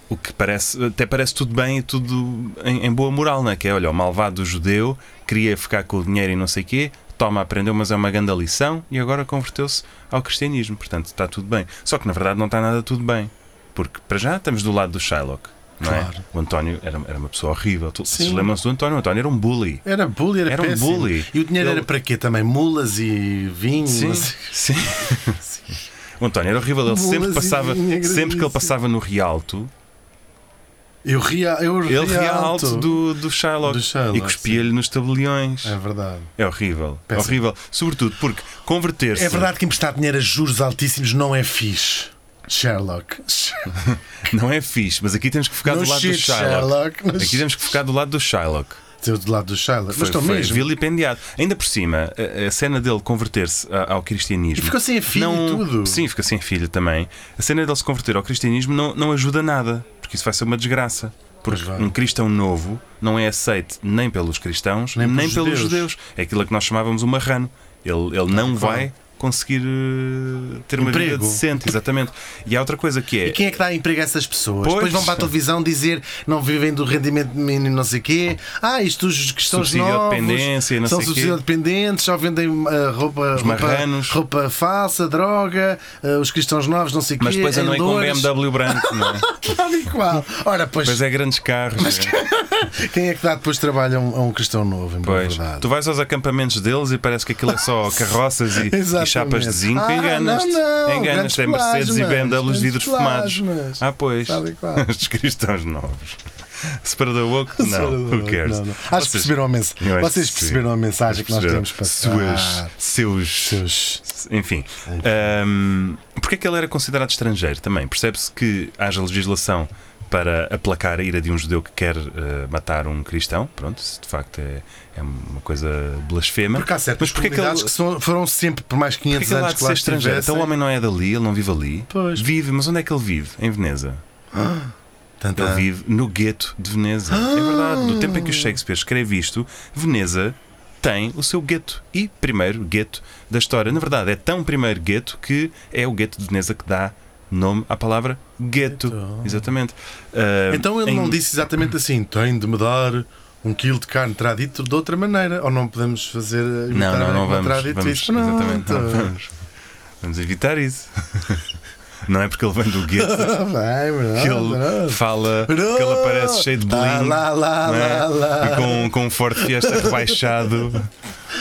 Speaker 2: O que parece, até parece tudo bem e tudo em, em boa moral, não é? Que é, olha, o malvado judeu queria ficar com o dinheiro e não sei o quê, toma, aprendeu, mas é uma grande lição e agora converteu-se ao cristianismo. Portanto, está tudo bem. Só que na verdade não está nada tudo bem. Porque para já estamos do lado do Shylock, não é?
Speaker 1: Claro.
Speaker 2: O António era, era uma pessoa horrível. Tu, vocês
Speaker 1: Sim.
Speaker 2: lembram-se do António? O António era um bully.
Speaker 1: Era bully, era,
Speaker 2: Era um
Speaker 1: péssimo.
Speaker 2: bully.
Speaker 1: E o dinheiro
Speaker 2: Ele-
Speaker 1: era para quê também? Mulas e vinho?
Speaker 2: Sim,
Speaker 1: não sei-
Speaker 2: sim. O António era horrível, ele
Speaker 1: Bolas
Speaker 2: sempre
Speaker 1: e
Speaker 2: passava,
Speaker 1: vinho, é
Speaker 2: sempre que
Speaker 1: gravíssimo.
Speaker 2: ele passava no Rialto,
Speaker 1: Eu ria, eu
Speaker 2: ele
Speaker 1: ria
Speaker 2: ria alto
Speaker 1: alto.
Speaker 2: do, do Shylock
Speaker 1: Do Shylock,
Speaker 2: e cuspia-lhe nos tabeliões.
Speaker 1: É verdade.
Speaker 2: É horrível, é
Speaker 1: Péssimo.
Speaker 2: horrível. Sobretudo porque converter-se.
Speaker 1: É verdade que emprestar dinheiro a juros altíssimos não é fixe. Sherlock.
Speaker 2: Não é fixe, mas aqui temos que focar
Speaker 1: No
Speaker 2: Um do lado
Speaker 1: shit,
Speaker 2: do Sherlock.
Speaker 1: Sherlock, no
Speaker 2: Aqui
Speaker 1: shit.
Speaker 2: temos que focar do lado do Sherlock.
Speaker 1: Teu do lado do Sherlock. Mas
Speaker 2: Foi,
Speaker 1: estou
Speaker 2: foi
Speaker 1: mesmo.
Speaker 2: vilipendiado. Ainda por cima, a, a cena dele converter-se a- ao cristianismo.
Speaker 1: E ficou sem a filha e tudo.
Speaker 2: Sim, ficou sem a filha também. A cena dele se converter ao cristianismo não, não ajuda nada, porque isso vai ser uma desgraça. Porque
Speaker 1: Pois vai.
Speaker 2: um cristão novo não é aceito nem pelos cristãos,
Speaker 1: Nem
Speaker 2: nem,
Speaker 1: pelos
Speaker 2: pelos
Speaker 1: judeus.
Speaker 2: judeus. É aquilo a que nós chamávamos um marrano. Ele, ele não
Speaker 1: claro.
Speaker 2: vai conseguir eh, ter uma
Speaker 1: Emprego.
Speaker 2: vida decente, exatamente. E há outra coisa que é.
Speaker 1: E quem é que dá emprego a essas pessoas?
Speaker 2: Pois.
Speaker 1: Depois vão para a televisão dizer não vivem do rendimento mínimo, não sei quê. Ah, isto os que estão
Speaker 2: Subsídio de
Speaker 1: novos,
Speaker 2: dependência, não
Speaker 1: são
Speaker 2: sei quê.
Speaker 1: dependentes, só vendem ah, roupa, roupa,
Speaker 2: marranos.
Speaker 1: roupa falsa, droga, ah, os cristãos novos, não sei
Speaker 2: Mas
Speaker 1: quê.
Speaker 2: depois
Speaker 1: em
Speaker 2: andam aí com um
Speaker 1: Loures.
Speaker 2: BMW branco, não é?
Speaker 1: Tal e qual. Ora, pois,
Speaker 2: Depois é grandes carros. não é?
Speaker 1: quem é que dá depois trabalho a um, a um cristão novo, em boa
Speaker 2: Pois.
Speaker 1: verdade?
Speaker 2: Tu vais aos acampamentos deles e parece que aquilo é só carroças e, e
Speaker 1: Exatamente.
Speaker 2: chapas de zinco
Speaker 1: Ah,
Speaker 2: e enganas-te.
Speaker 1: não, não,
Speaker 2: Enganas-te em
Speaker 1: grandes
Speaker 2: Mercedes e
Speaker 1: plasmas,
Speaker 2: BMWs de vidros
Speaker 1: grandes
Speaker 2: fumados.
Speaker 1: plasmas. Tá
Speaker 2: Ah, pois.
Speaker 1: Tal e qual.
Speaker 2: Estes cristãos novos. Separador woke? Não, who cares?
Speaker 1: Não, não. Acho
Speaker 2: Vocês-
Speaker 1: que perceberam a
Speaker 2: Eu
Speaker 1: mensagem.
Speaker 2: acho
Speaker 1: Vocês
Speaker 2: que
Speaker 1: perceberam
Speaker 2: sim.
Speaker 1: a mensagem que nós
Speaker 2: Perceberam.
Speaker 1: temos passar.
Speaker 2: Seus. Seus.
Speaker 1: Seus.
Speaker 2: Enfim, Ahm, porque é que ele era considerado estrangeiro também? Percebe-se que haja legislação para aplacar a ira de um judeu que quer eh, matar um cristão, pronto, isso de facto é, é uma coisa blasfema.
Speaker 1: Porque há certas
Speaker 2: porquê
Speaker 1: comunidades que, são- foram sempre por mais 500
Speaker 2: porquê que ele há
Speaker 1: anos
Speaker 2: de
Speaker 1: que
Speaker 2: ser
Speaker 1: lá
Speaker 2: estrangeiro? Então o homem não é dali, ele não vive ali.
Speaker 1: Pois.
Speaker 2: Vive, mas onde é que ele vive? Em Veneza. Ele
Speaker 1: Tanto
Speaker 2: vive no gueto de Veneza.
Speaker 1: Ah.
Speaker 2: É verdade, no tempo em que o Shakespeare escreve isto, Veneza tem o seu gueto e primeiro gueto da história. Na verdade, é tão primeiro gueto que é o gueto de Veneza que dá nome à palavra gueto. Exatamente. Ah,
Speaker 1: Então ele
Speaker 2: em-
Speaker 1: não disse exatamente assim: tem de me dar um quilo de carne, terá dito de outra maneira. Ou não podemos fazer.
Speaker 2: Não,
Speaker 1: imitar
Speaker 2: não, não
Speaker 1: como
Speaker 2: vamos.
Speaker 1: terá dito
Speaker 2: vamos
Speaker 1: isto? Não,
Speaker 2: exatamente, não,
Speaker 1: então.
Speaker 2: vamos. Vamos evitar isso. Não é porque ele vem do gueto
Speaker 1: Ah, vai, bro,
Speaker 2: que ele
Speaker 1: bro.
Speaker 2: fala que
Speaker 1: Bro.
Speaker 2: ele aparece cheio de bling
Speaker 1: Lá, lá, lá,
Speaker 2: não é?
Speaker 1: Ah, lá, lá.
Speaker 2: Com, com um forte fiesta rebaixado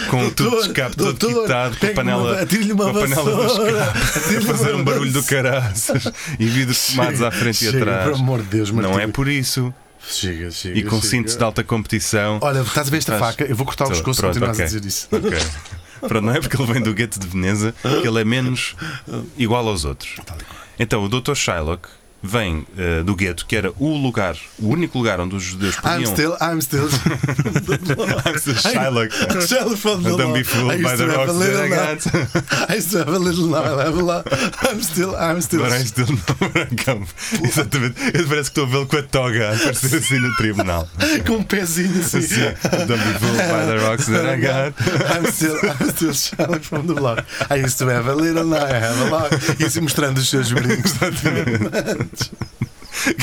Speaker 2: com tudo de escape todo
Speaker 1: doutor,
Speaker 2: quitado com a
Speaker 1: pegue-me
Speaker 2: panela,
Speaker 1: uma- atire-lhe uma
Speaker 2: com a panela do
Speaker 1: vassoura,
Speaker 2: escape a
Speaker 1: atire-lhe
Speaker 2: fazer
Speaker 1: uma
Speaker 2: um barulho do
Speaker 1: vassoura.
Speaker 2: caraças e vidros tomados à frente e
Speaker 1: Chega,
Speaker 2: atrás
Speaker 1: por amor de Deus,
Speaker 2: não
Speaker 1: Martim.
Speaker 2: é por isso
Speaker 1: Chega, chega.
Speaker 2: e com
Speaker 1: chega.
Speaker 2: cintos de alta competição
Speaker 1: Olha, estás a ver esta
Speaker 2: Estás-
Speaker 1: faca? Eu vou cortar o
Speaker 2: Tô,
Speaker 1: pescoço e
Speaker 2: pronto,
Speaker 1: continuas
Speaker 2: ok.
Speaker 1: a dizer isso.
Speaker 2: Ok. Pronto, não é porque ele vem do gueto de Veneza que ele é menos igual aos outros. Então, o Dr. Shylock vem eh, do gueto, que era o lugar, o único lugar onde os judeus podiam.
Speaker 1: I'm still, I'm still.
Speaker 2: I'm still Shylock.
Speaker 1: Shylock from the
Speaker 2: Don't be
Speaker 1: law.
Speaker 2: fooled
Speaker 1: I
Speaker 2: by
Speaker 1: used to have
Speaker 2: the
Speaker 1: a
Speaker 2: rocks
Speaker 1: little
Speaker 2: that I
Speaker 1: laugh. I used to have a little laugh, have a laugh. I'm still, I'm still.
Speaker 2: But I'm still no campo. Exatamente. Eu parece que estou a vê-lo com a toga a aparecer assim no tribunal.
Speaker 1: Com um pezinho assim.
Speaker 2: Assim, Don't be fooled by the rocks that I got.
Speaker 1: I'm still, I'm still Shylock from the block. I used to have a little, now I have a lot. E assim mostrando os seus brincos.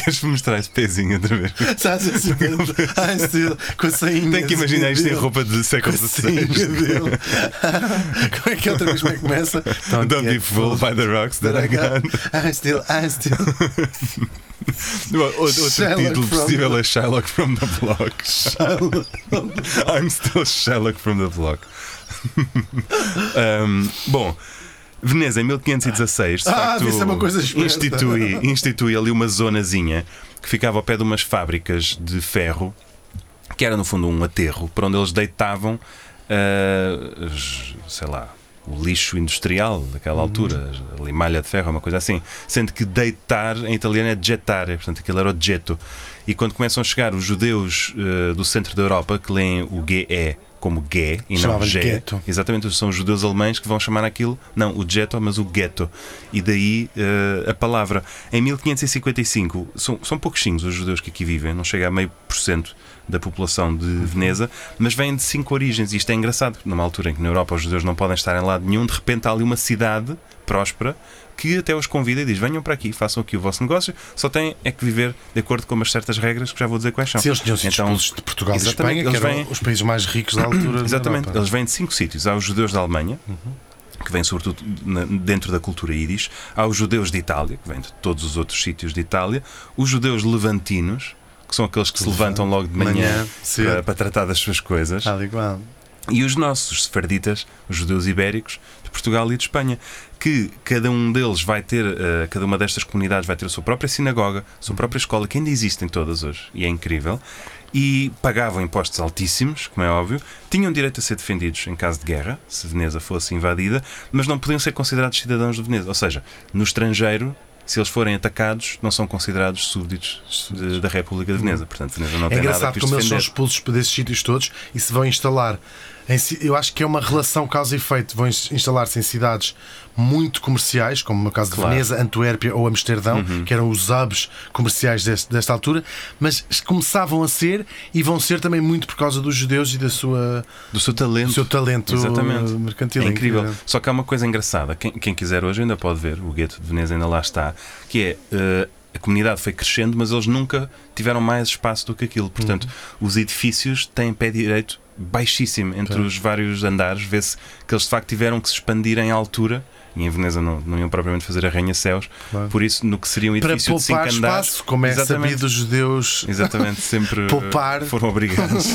Speaker 2: Queres-me mostrar esse pezinho outra vez?
Speaker 1: Sabes assim? I'm still, com a sainha.
Speaker 2: Tenho que imaginar isto em
Speaker 1: dele.
Speaker 2: roupa de
Speaker 1: Com a
Speaker 2: século
Speaker 1: sainha
Speaker 2: XVI.
Speaker 1: dele. Como é que é outra vez? Como é que começa?
Speaker 2: Don't be fooled by the rocks that I got.
Speaker 1: I'm Ah, still, I'm still.
Speaker 2: Bom, Outro outro
Speaker 1: Sherlock
Speaker 2: título
Speaker 1: from
Speaker 2: possível é Sherlock from the Block. I'm still Sherlock from the Block. Um, bom, Veneza em 1516 de
Speaker 1: Ah,
Speaker 2: facto,
Speaker 1: isso é uma coisa esperta.
Speaker 2: institui, institui ali uma zonazinha que ficava ao pé de umas fábricas de ferro, que era no fundo um aterro, para onde eles deitavam, ah, os- sei lá, o lixo industrial daquela
Speaker 1: Uhum.
Speaker 2: altura, ali malha de ferro, uma coisa assim. Sendo que deitar em italiano é gettare, portanto aquilo era o getto. E quando começam a chegar os judeus ah, do centro da Europa, que leem o GE como GE e não
Speaker 1: Chamavam-lhe
Speaker 2: GE,
Speaker 1: gueto.
Speaker 2: Exatamente, são os judeus alemães que vão chamar aquilo, não o ghetto, mas o ghetto. E daí eh, a palavra. Em 1555, são, são pouquinhos os judeus que aqui vivem, não chega a meio por cento da população de
Speaker 1: Uhum.
Speaker 2: Veneza, mas vêm de cinco origens. E isto é engraçado, porque numa altura em que na Europa os judeus não podem estar em lado nenhum, de repente há ali uma cidade próspera que até os convida e diz: venham para aqui, façam aqui o vosso negócio, só têm é que viver de acordo com umas certas regras que já vou dizer quais são.
Speaker 1: Se eles tinham sido
Speaker 2: Então,
Speaker 1: expulsos de Portugal e
Speaker 2: exatamente,
Speaker 1: Espanha, que
Speaker 2: eles
Speaker 1: eram
Speaker 2: vêm-
Speaker 1: os países mais ricos da altura. é, da
Speaker 2: Exatamente.
Speaker 1: Europa.
Speaker 2: Eles vêm de cinco sítios. Há os judeus da Alemanha, que vêm sobretudo na- dentro da cultura íris. Há os judeus de Itália, que vêm de todos os outros sítios de Itália. Os judeus levantinos, que são aqueles que se levantam logo de manhã,
Speaker 1: Manhã,
Speaker 2: para-
Speaker 1: cedo.
Speaker 2: para, tratar das suas coisas.
Speaker 1: Tal e qual.
Speaker 2: E os nossos sefarditas, os judeus ibéricos, de Portugal e de Espanha, que cada um deles vai ter, eh, cada uma destas comunidades vai ter a sua própria sinagoga, a sua própria escola, que ainda existem todas hoje, e é incrível, e pagavam impostos altíssimos, como é óbvio, tinham direito a ser defendidos em caso de guerra, se Veneza fosse invadida, mas não podiam ser considerados cidadãos de Veneza. Ou seja, no estrangeiro, se eles forem atacados, não são considerados súbditos eh, da República de Veneza. Portanto, Veneza não
Speaker 1: É
Speaker 2: tem nada
Speaker 1: engraçado
Speaker 2: que os
Speaker 1: como eles são
Speaker 2: defender.
Speaker 1: expulsos desses sítios todos e se vão instalar. em ci- eu acho que é uma relação causa e efeito. Vão ins- instalar-se em cidades muito comerciais, como no caso de
Speaker 2: Claro. Uhum.
Speaker 1: Veneza, Antuérpia ou Amsterdão, que eram os hubs comerciais deste- desta altura, mas começavam a ser e vão ser também muito por causa dos judeus e da sua,
Speaker 2: Do seu talento.
Speaker 1: do seu talento
Speaker 2: Exatamente.
Speaker 1: eh, mercantil.
Speaker 2: É incrível.
Speaker 1: Incrível.
Speaker 2: Só que há uma coisa engraçada. Quem, quem quiser hoje ainda pode ver, o gueto de Veneza ainda lá está, que é. eh, a comunidade foi crescendo, mas eles nunca tiveram mais espaço do que aquilo. Portanto,
Speaker 1: Uhum.
Speaker 2: os edifícios têm pé direito baixíssimo
Speaker 1: Tá.
Speaker 2: entre os vários andares. Vê-se que eles de facto tiveram que se expandir em altura. E em Veneza não, não iam propriamente fazer arranha-céus. Por isso, no que seria um
Speaker 1: Para
Speaker 2: edifício de cinco
Speaker 1: poupar
Speaker 2: andares.
Speaker 1: espaço, como é
Speaker 2: Exatamente.
Speaker 1: sabido, os judeus
Speaker 2: Exatamente, sempre eh,
Speaker 1: Poupar.
Speaker 2: foram obrigados.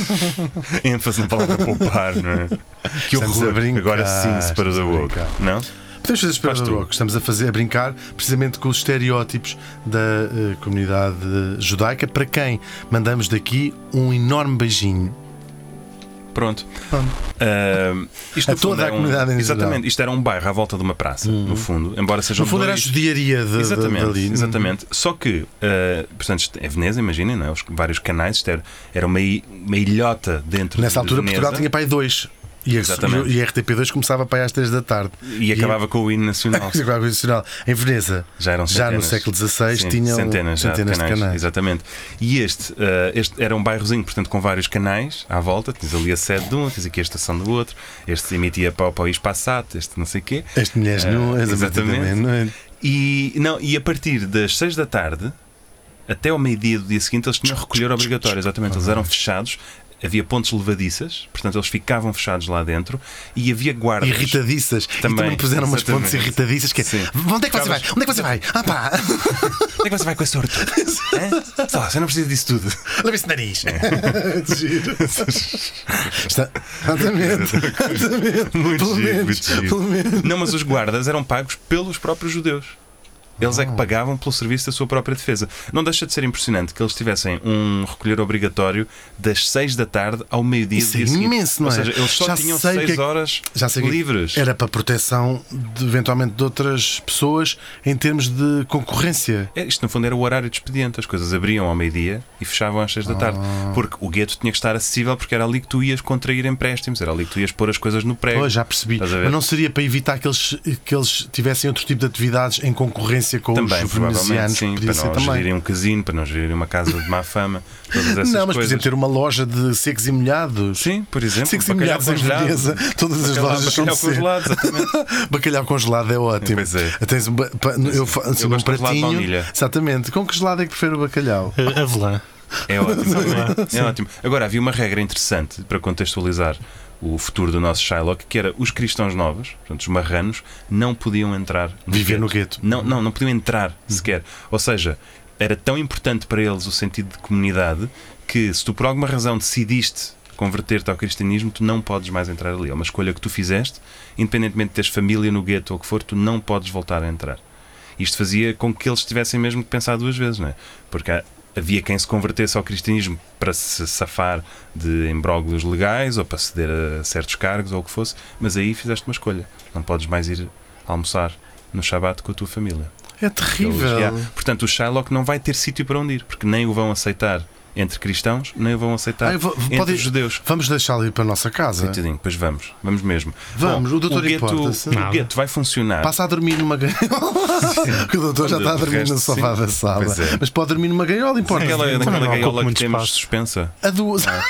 Speaker 2: ênfase na palavra poupar, não é? Que
Speaker 1: Estamos
Speaker 2: horror.
Speaker 1: a brincar,
Speaker 2: Agora sim, se para
Speaker 1: estamos
Speaker 2: da
Speaker 1: a
Speaker 2: boca.
Speaker 1: brincar.
Speaker 2: Não?
Speaker 1: Podemos fazer
Speaker 2: Faz tu.
Speaker 1: espera que estamos a fazer a brincar precisamente com os estereótipos da eh, comunidade judaica, para quem mandamos daqui um enorme beijinho.
Speaker 2: Pronto.
Speaker 1: Pronto.
Speaker 2: Ahm, isto
Speaker 1: A
Speaker 2: no fundo,
Speaker 1: toda a
Speaker 2: é um-
Speaker 1: comunidade em
Speaker 2: Exatamente,
Speaker 1: geral. Hum.
Speaker 2: isto era um bairro à volta de uma praça, no fundo, embora sejam
Speaker 1: No fundo era a
Speaker 2: dois-
Speaker 1: judiaria de,
Speaker 2: Exatamente,
Speaker 1: dali. Hum.
Speaker 2: exatamente. Só que, eh, portanto, isto é Veneza, imaginem, não é? Os vários canais, isto era, era uma, i- uma ilhota dentro
Speaker 1: Nessa
Speaker 2: de
Speaker 1: altura
Speaker 2: Veneza.
Speaker 1: Portugal tinha pai dois. E a,
Speaker 2: Exatamente.
Speaker 1: e a RTP2 começava para aí às 3 da tarde.
Speaker 2: E acabava com o hino nacional.
Speaker 1: com a Guarda Nacional. Em Veneza,
Speaker 2: Já eram
Speaker 1: já no
Speaker 2: centenas.
Speaker 1: século XVI,
Speaker 2: Sim,
Speaker 1: tinham
Speaker 2: centenas, já
Speaker 1: centenas de canais.
Speaker 2: Exatamente. E este, eh, este era um bairrozinho, portanto, com vários canais à volta. Tens ali a sede de um, tens aqui a estação do outro. Este emitia para o país passado, este não sei quê.
Speaker 1: As mulheres
Speaker 2: Eh,
Speaker 1: nuas, exatamente. não é?
Speaker 2: E, não, e a partir das 6 da tarde até ao meio-dia do dia seguinte eles tinham recolher obrigatório, exatamente. Eles eram fechados, havia pontes levadiças, portanto eles ficavam fechados lá dentro e havia guardas.
Speaker 1: Irritadiças. e
Speaker 2: Também,
Speaker 1: também puseram umas
Speaker 2: exatamente.
Speaker 1: pontes irritadiças que é.
Speaker 2: Sim.
Speaker 1: Onde é que você vai?
Speaker 2: Ficavas-
Speaker 1: Onde é que você vai? Ah pá!
Speaker 2: Onde é que você vai com esse ouro todo? Hã? Sei lá, você não precisa disso tudo.
Speaker 1: Leva esse nariz.
Speaker 2: É.
Speaker 1: Giro. Está... Exatamente. Exatamente.
Speaker 2: Muito
Speaker 1: pelo
Speaker 2: giro,
Speaker 1: menos,
Speaker 2: muito giro.
Speaker 1: pelo menos.
Speaker 2: Não, mas os guardas eram pagos pelos próprios judeus. Eles é
Speaker 1: Ah.
Speaker 2: que pagavam pelo serviço da sua própria defesa. Não deixa de ser impressionante que eles tivessem um recolher obrigatório das 6 da tarde ao meio-dia. do
Speaker 1: Isso é
Speaker 2: dia seguinte.
Speaker 1: imenso, não é?
Speaker 2: Ou seja, eles só
Speaker 1: Já
Speaker 2: tinham
Speaker 1: sei o
Speaker 2: 6
Speaker 1: que é que-
Speaker 2: horas
Speaker 1: Já sei que
Speaker 2: livres.
Speaker 1: Era para proteção, de, eventualmente, de outras pessoas em termos de concorrência.
Speaker 2: É, Isto, no fundo, era o horário de expediente. As coisas abriam ao meio-dia e fechavam às seis da tarde.
Speaker 1: Ah.
Speaker 2: Porque o gueto tinha que estar acessível, porque era ali que tu ias contrair empréstimos, era ali que tu ias pôr as coisas no prego.
Speaker 1: Pois, já percebi.
Speaker 2: Estás a ver?
Speaker 1: Mas não seria para evitar que eles, que eles tivessem outro tipo de atividades em concorrência com
Speaker 2: Também,
Speaker 1: os
Speaker 2: provavelmente,
Speaker 1: venezianos?
Speaker 2: sim.
Speaker 1: Podia
Speaker 2: Para
Speaker 1: ser
Speaker 2: não
Speaker 1: também.
Speaker 2: gerirem um casino, para não gerirem uma casa de má fama, todas essas
Speaker 1: Não, mas por
Speaker 2: coisas.
Speaker 1: exemplo, ter uma loja de secos e molhados.
Speaker 2: Sim, por exemplo,
Speaker 1: Secos e
Speaker 2: bacalhau
Speaker 1: molhados em
Speaker 2: congelado.
Speaker 1: Veneza. Todas as
Speaker 2: Bacalhau-
Speaker 1: lojas são de
Speaker 2: bacalhau congelado, exatamente.
Speaker 1: Bacalhau congelado é ótimo.
Speaker 2: Pois é.
Speaker 1: Tens um, ba- pa- eu fa- assim, um
Speaker 2: gosto de congelado de
Speaker 1: pratinho.
Speaker 2: baunilha.
Speaker 1: Exatamente. Com que gelado é que prefiro o bacalhau?
Speaker 3: Eh, Avelã.
Speaker 2: É ótimo. é ótimo. Agora, havia uma regra interessante para contextualizar o futuro do nosso Shylock, que era os cristãos novos, portanto, os marranos, não podiam entrar.
Speaker 1: Viver
Speaker 2: gueto.
Speaker 1: no gueto. Uhum.
Speaker 2: Não, não, não podiam entrar sequer. Ou seja, era tão importante para eles o sentido de comunidade que se tu por alguma razão decidiste converter-te ao cristianismo, tu não podes mais entrar ali. É uma escolha que tu fizeste, independentemente de teres família no gueto ou o que for, tu não podes voltar a entrar. Isto fazia com que eles tivessem mesmo que pensar duas vezes, não é? Porque há- havia quem se convertesse ao cristianismo para se safar de imbróglios legais ou para ceder a certos cargos ou o que fosse, mas aí fizeste uma escolha. Não podes mais ir almoçar no Shabat com a tua família.
Speaker 1: É
Speaker 2: Eles-
Speaker 1: terrível.
Speaker 2: Yeah. Portanto, o Shylock não vai ter sítio para onde ir, porque nem o vão aceitar entre cristãos, nem o vão aceitar
Speaker 1: Ah, eu vou-
Speaker 2: entre
Speaker 1: pode-
Speaker 2: judeus.
Speaker 1: Vamos deixá-lo ir para a nossa casa.
Speaker 2: Coitadinho, pois vamos, vamos mesmo.
Speaker 1: Vamos, o doutor
Speaker 2: o gueto,
Speaker 1: importa-se?
Speaker 2: o gueto vai funcionar.
Speaker 1: Passa a dormir numa gaiola. que o doutor já
Speaker 2: De
Speaker 1: está a dormir
Speaker 2: resto,
Speaker 1: no sofá
Speaker 2: sim.
Speaker 1: da sala.
Speaker 2: Pois é.
Speaker 1: Mas pode dormir numa gaiola, importa.
Speaker 2: Naquela, naquela
Speaker 3: não ocupa
Speaker 2: gaiola que
Speaker 3: muito
Speaker 2: temos
Speaker 3: espaço.
Speaker 2: suspensa.
Speaker 1: A duas.
Speaker 2: é?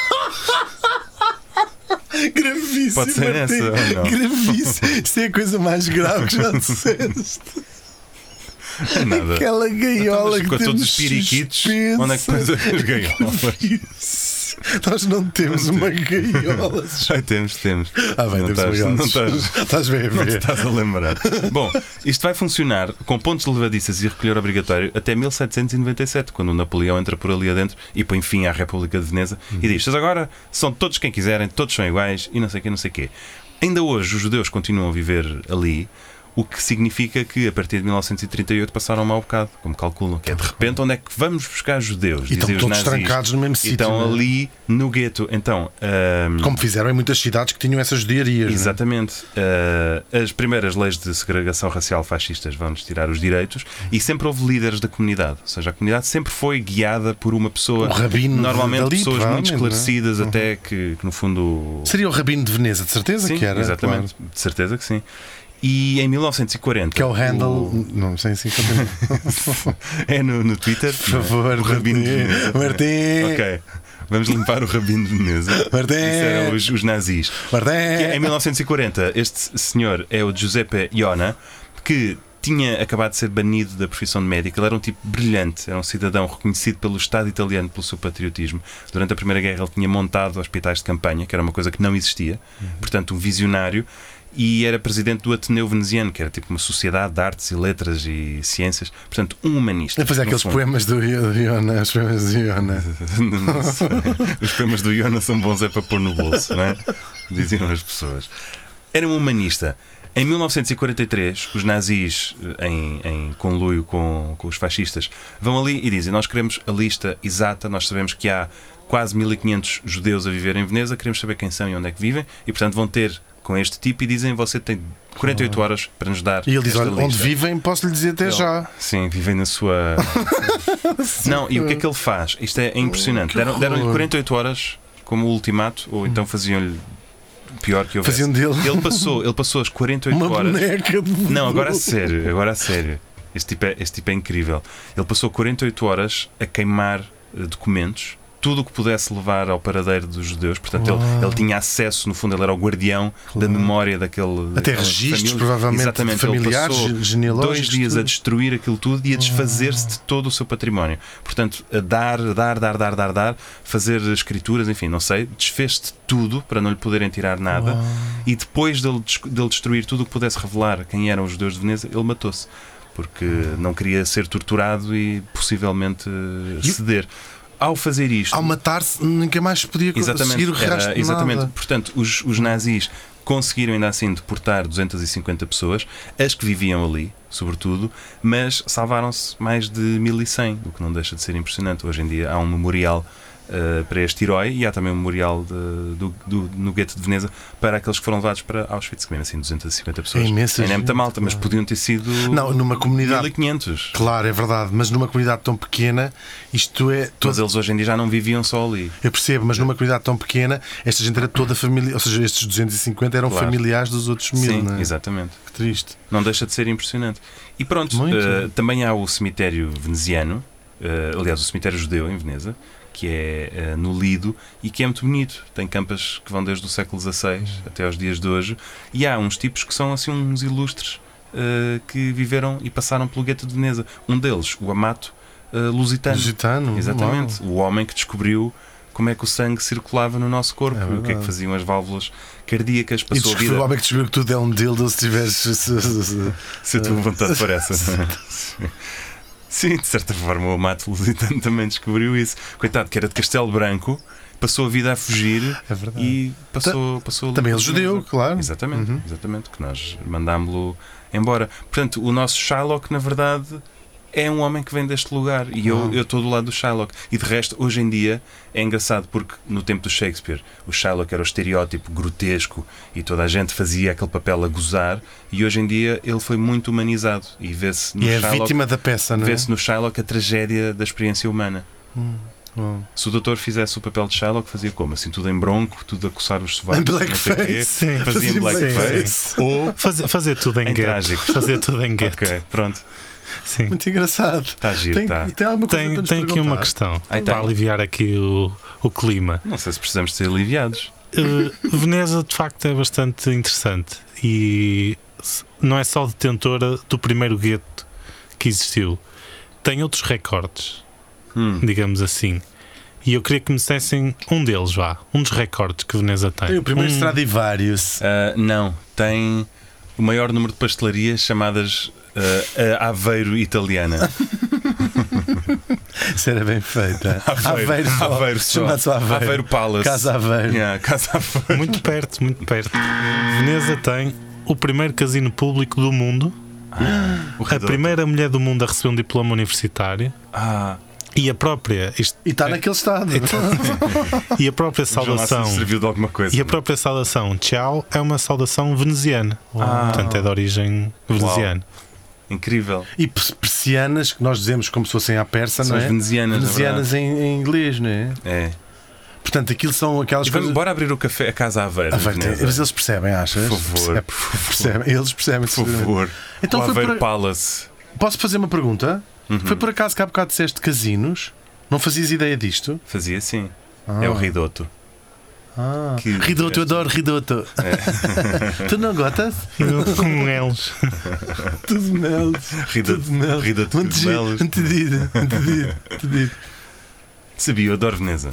Speaker 1: Gravíssimo.
Speaker 2: Pode ser
Speaker 1: Martim.
Speaker 2: essa, ou não?
Speaker 1: Gravíssimo. Isto é a coisa mais grave que já disseste.
Speaker 2: Nada.
Speaker 1: Aquela
Speaker 2: Então,
Speaker 1: gaiola
Speaker 2: mas
Speaker 1: que
Speaker 2: com
Speaker 1: temos
Speaker 2: todos os periquitos,
Speaker 1: suspensa.
Speaker 2: onde é que pões as gaiolas?
Speaker 1: Isso. Nós não temos uma gaiola.
Speaker 2: Ai, temos, temos.
Speaker 1: Ah, bem,
Speaker 2: não
Speaker 1: temos uma gaiola.
Speaker 2: estás, não estás,
Speaker 1: Estás bem a
Speaker 2: não te
Speaker 1: ver.
Speaker 2: estás a lembrar. Bom, isto vai funcionar com pontos levadiças e recolher obrigatório até 1797, quando o Napoleão entra por ali adentro e põe fim à República de Veneza
Speaker 1: Uhum.
Speaker 2: e diz: "Vocês agora são todos quem quiserem, todos são iguais e não sei o quê, não sei o quê. Ainda hoje os judeus continuam a viver ali. O que significa que a partir de 1938 passaram um mau bocado, como calculam, que é de repente onde é que vamos buscar
Speaker 1: Então,
Speaker 2: judeus?
Speaker 1: E estão
Speaker 2: dizem os
Speaker 1: todos
Speaker 2: nazis.
Speaker 1: trancados no mesmo
Speaker 2: E
Speaker 1: sítio,
Speaker 2: Estão
Speaker 1: não é?
Speaker 2: ali no gueto. Então, ahm,
Speaker 1: Como fizeram em muitas cidades que tinham essas judiarias. não é?
Speaker 2: Exatamente. Uh, as primeiras leis de segregação racial fascistas vão-nos tirar os direitos e sempre houve líderes da comunidade. Ou seja, a comunidade sempre foi guiada por uma pessoa.
Speaker 1: O rabino
Speaker 2: normalmente
Speaker 1: dali,
Speaker 2: pessoas muito
Speaker 1: provavelmente, não é?
Speaker 2: esclarecidas, até que, que no fundo.
Speaker 1: Seria o Rabino de Veneza, de certeza
Speaker 2: Sim,
Speaker 1: que era.
Speaker 2: exatamente. De certeza que sim. E em 1940.
Speaker 1: Que é o handle.
Speaker 2: o-
Speaker 1: Não sei se continua.
Speaker 2: É no, no Twitter.
Speaker 1: Por favor,
Speaker 2: o Rabino de Veneza.
Speaker 1: Martim. Martim.
Speaker 2: Ok. Vamos limpar o Rabino de Veneza.
Speaker 1: Martim.
Speaker 2: Isso eram os- os nazis.
Speaker 1: Martim.
Speaker 2: Que é, em 1940, este senhor é o Giuseppe Iona, que tinha acabado de ser banido da profissão de médico. Ele era um tipo brilhante, era um cidadão reconhecido pelo Estado italiano pelo seu patriotismo. Durante a Primeira Guerra, ele tinha montado hospitais de campanha, que era uma coisa que não existia,
Speaker 1: Uhum.
Speaker 2: portanto, um visionário. E era presidente do Ateneu Veneziano, que era tipo uma sociedade de artes e letras e ciências, portanto, um humanista.
Speaker 1: A fazer
Speaker 2: no
Speaker 1: aqueles
Speaker 2: fundo.
Speaker 1: poemas do Io- do Iona, os poemas do Iona.
Speaker 2: Não sei. Os poemas do Iona são bons é para pôr no bolso, não é? Diziam as pessoas. Era um humanista. Em 1943, os nazis, eh, em, em conluio com, com os fascistas, vão ali e dizem: Nós queremos a lista exata, nós sabemos que há quase 1500 judeus a viver em Veneza, queremos saber quem são e onde é que vivem, e portanto vão ter com este tipo e dizem: Você tem 48 horas para nos dar.
Speaker 1: Ah. E ele diz:
Speaker 2: esta
Speaker 1: Olha, onde
Speaker 2: lista."
Speaker 1: vivem, posso lhe dizer até
Speaker 2: Ele-
Speaker 1: É já.
Speaker 2: Sim, vivem na sua. não, e o que é que ele faz? Isto é impressionante. Deram- Deram-lhe
Speaker 1: horror. Hum.
Speaker 2: 48 horas como ultimato, ou então faziam-lhe pior que eu
Speaker 1: Faziam dele
Speaker 2: Ele passou, ele passou as 48
Speaker 1: uma
Speaker 2: horas.
Speaker 1: boneca de.
Speaker 2: Não, agora a sério, agora a sério. Este tipo é, este tipo é incrível. Ele passou 48 horas a queimar eh, documentos, tudo o que pudesse levar ao paradeiro dos judeus. Portanto, ele, ele tinha acesso, no fundo, ele era o guardião da memória daquele.
Speaker 1: Até
Speaker 2: daquela
Speaker 1: registros, provavelmente,
Speaker 2: Exatamente,
Speaker 1: familiares,
Speaker 2: ele
Speaker 1: ge-
Speaker 2: passou
Speaker 1: genealógicos,
Speaker 2: Dois dias a
Speaker 1: tudo.
Speaker 2: destruir aquilo tudo e a desfazer-se de todo o seu património. Portanto, a dar, a dar, dar, dar, dar, dar, fazer escrituras, enfim, não sei, desfez-te tudo para não lhe poderem tirar nada. E depois dele, des- dele destruir tudo o que pudesse revelar quem eram os judeus de Veneza, ele matou-se. Porque não queria ser torturado e possivelmente eh, ceder. Ao fazer isto.
Speaker 1: Ao matar-se, nunca mais se podia
Speaker 2: Exatamente.
Speaker 1: seguir o
Speaker 2: era-
Speaker 1: rastro. de
Speaker 2: exatamente.
Speaker 1: nada.
Speaker 2: Portanto, os, os nazis conseguiram ainda assim deportar 250 pessoas, as que viviam ali, sobretudo, mas salvaram-se mais de 1100, o que não deixa de ser impressionante. Hoje em dia há um memorial eh, para este herói e há também um memorial de- do, do- no gueto de Veneza para aqueles que foram levados para Auschwitz, que mesmo assim 250 pessoas.
Speaker 7: É imensa
Speaker 2: Ainda é muita
Speaker 7: gente,
Speaker 2: malta, mas
Speaker 7: claro.
Speaker 2: podiam ter sido
Speaker 7: Não, numa comunidade.
Speaker 2: 1500.
Speaker 7: Claro, é verdade, mas numa comunidade tão pequena, isto é. to-
Speaker 2: Mas eles hoje em dia já não viviam só ali.
Speaker 7: Eu percebo, mas numa comunidade tão pequena, esta gente era toda família. Ou seja, estes 250 eram
Speaker 2: Claro.
Speaker 7: familiares dos outros mil,
Speaker 2: Sim,
Speaker 7: não é?
Speaker 2: exatamente.
Speaker 7: Que triste.
Speaker 2: Não deixa de ser impressionante. E pronto,
Speaker 7: Muito.
Speaker 2: eh, também há o cemitério veneziano, eh, aliás, o cemitério judeu em Veneza, que é eh, no Lido e que é muito bonito. Tem campas que vão desde o século XVI até aos dias de hoje. E há uns tipos que são assim uns ilustres eh, que viveram e passaram pelo gueto de Veneza. Um deles, o Amato eh, Lusitano.
Speaker 7: Lusitano.
Speaker 2: Exatamente. O homem que descobriu como é que o sangue circulava no nosso corpo
Speaker 7: É
Speaker 2: e o que é
Speaker 7: verdade.
Speaker 2: que faziam as válvulas cardíacas.
Speaker 7: E
Speaker 2: Passou a
Speaker 7: descobriu o
Speaker 2: vida. Uhum.
Speaker 7: homem que descobriu que tudo é um dildo se tiveres. se- se- se- se-
Speaker 2: Se a
Speaker 7: É.
Speaker 2: tua vontade for essa. é? Sim, de certa forma o Amato Lusitano também descobriu isso. Coitado, que era de Castelo Branco, passou a vida a fugir
Speaker 7: É verdade.
Speaker 2: e passou, passou ali
Speaker 7: Também ele
Speaker 2: por Veneza.
Speaker 7: judeu, claro. Uhum.
Speaker 2: Exatamente, exatamente, que nós mandámo-lo embora. Portanto, o nosso Shylock, na verdade, é um homem que vem deste lugar e
Speaker 7: Ah.
Speaker 2: eu eu estou do lado do Shylock. E de resto, hoje em dia, é engraçado porque no tempo do Shakespeare, o Shylock era o estereótipo grotesco e toda a gente fazia aquele papel a gozar e hoje em dia ele foi muito humanizado e vê-se no
Speaker 7: E é a
Speaker 2: Shylock...
Speaker 7: vítima da peça, não é? Hum,
Speaker 2: Vê-se no Shylock a tragédia da experiência humana.
Speaker 7: Bom.
Speaker 2: Se o doutor fizesse o papel de Shylock, fazia como? Assim, tudo em bronco, tudo a coçar os sovacos.
Speaker 7: Em blackface.
Speaker 2: não sei o quê.
Speaker 3: Sim,
Speaker 2: É fazia em
Speaker 7: fazia em
Speaker 2: blackface.
Speaker 7: blackface.
Speaker 2: Ou.
Speaker 3: Fazer, fazer tudo em,
Speaker 2: Em
Speaker 3: gueto.
Speaker 2: trágico.
Speaker 3: Fazer tudo em gueto.
Speaker 2: Ok, pronto.
Speaker 3: Sim.
Speaker 7: Muito engraçado.
Speaker 2: Está giro,
Speaker 7: tem,
Speaker 2: tá.
Speaker 7: tem alguma coisa para
Speaker 3: Tem,
Speaker 7: nos
Speaker 3: tem aqui uma
Speaker 7: perguntar?
Speaker 3: questão
Speaker 2: Ah, então.
Speaker 3: para aliviar aqui o, o clima.
Speaker 2: Não sei se precisamos de ser aliviados.
Speaker 3: Uh, Veneza, de facto, é bastante interessante e s- não é só detentora do primeiro gueto que existiu. Tem outros recordes,
Speaker 2: Hum.
Speaker 3: digamos assim. E eu queria que me dissessem um deles, vá. Um dos recordes que Veneza tem.
Speaker 7: Tem o primeiro
Speaker 3: um,
Speaker 7: Stradivarius.
Speaker 2: Ah, não, tem o maior número de pastelarias chamadas ah, a Aveiro Italiana.
Speaker 7: Isso era bem feita.
Speaker 2: Aveiro.
Speaker 7: só.
Speaker 2: Aveiro só.
Speaker 7: Chama-se Aveiro.
Speaker 2: Aveiro Palace.
Speaker 7: Casa Aveiro.
Speaker 2: Yeah, casa Aveiro.
Speaker 3: Muito perto, muito perto. Veneza tem o primeiro casino público do mundo,
Speaker 2: O
Speaker 3: a
Speaker 2: Redondo.
Speaker 3: primeira mulher do mundo a receber um diploma universitário
Speaker 2: Ah,
Speaker 3: e a própria, isto-
Speaker 7: E está naquele estado.
Speaker 2: É.
Speaker 3: e a própria
Speaker 2: o João Lácio
Speaker 3: saudação.
Speaker 2: serviu de alguma coisa.
Speaker 3: E a própria saudação tchau é uma saudação veneziana. Portanto, é de origem veneziana.
Speaker 2: Incrível.
Speaker 7: E pers- persianas, que nós dizemos como se fossem à persa,
Speaker 2: São
Speaker 7: não
Speaker 2: as
Speaker 7: é?
Speaker 2: venezianas, na
Speaker 7: Venezianas em, em inglês, não é?
Speaker 2: É.
Speaker 7: Portanto, aquilo são aquelas
Speaker 2: E vamos,
Speaker 7: coisas.
Speaker 2: bora abrir o café, a Casa né? Aveiro.
Speaker 7: Aveiro,
Speaker 2: em
Speaker 7: tem-
Speaker 2: Veneza.
Speaker 7: Mas eles percebem, achas?
Speaker 2: Por favor,
Speaker 7: Percebem,
Speaker 2: por favor.
Speaker 7: percebem. Eles percebem.
Speaker 2: Por favor.
Speaker 7: Então
Speaker 2: o
Speaker 7: foi
Speaker 2: Aveiro
Speaker 7: por-
Speaker 2: Palace.
Speaker 7: Posso fazer uma pergunta? Foi por acaso que há bocado disseste casinos? Não fazias ideia disto?
Speaker 2: Fazia assim. É o Ridoto.
Speaker 7: Ah.
Speaker 2: Que-
Speaker 7: Ridoto, eu adoro Ridoto. tu não gostas?
Speaker 3: E não Com eles.
Speaker 7: Tudo melos.
Speaker 2: Ridoto.
Speaker 7: Tudo melos.
Speaker 2: Ridoto
Speaker 7: Muito
Speaker 2: de
Speaker 7: giro.
Speaker 2: Melos.
Speaker 7: Entendido, entendido, entendido.
Speaker 2: Sabia, eu adoro Veneza.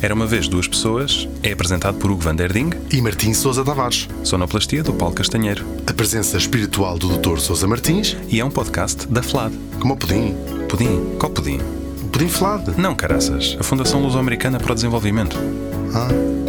Speaker 2: Era uma vez duas pessoas. É apresentado por Hugo Van Der Ding,
Speaker 1: E Martim Sousa Tavares,
Speaker 2: sonoplastia do Paulo Castanheiro.
Speaker 1: a presença espiritual do Dr. Sousa Martins,
Speaker 2: E é um podcast da FLAD.
Speaker 1: como o pudim,
Speaker 2: Pudim? Qual pudim?
Speaker 1: pudim flado.
Speaker 2: Não, caraças. A Fundação Luso-Americana para o Desenvolvimento.
Speaker 1: Ah.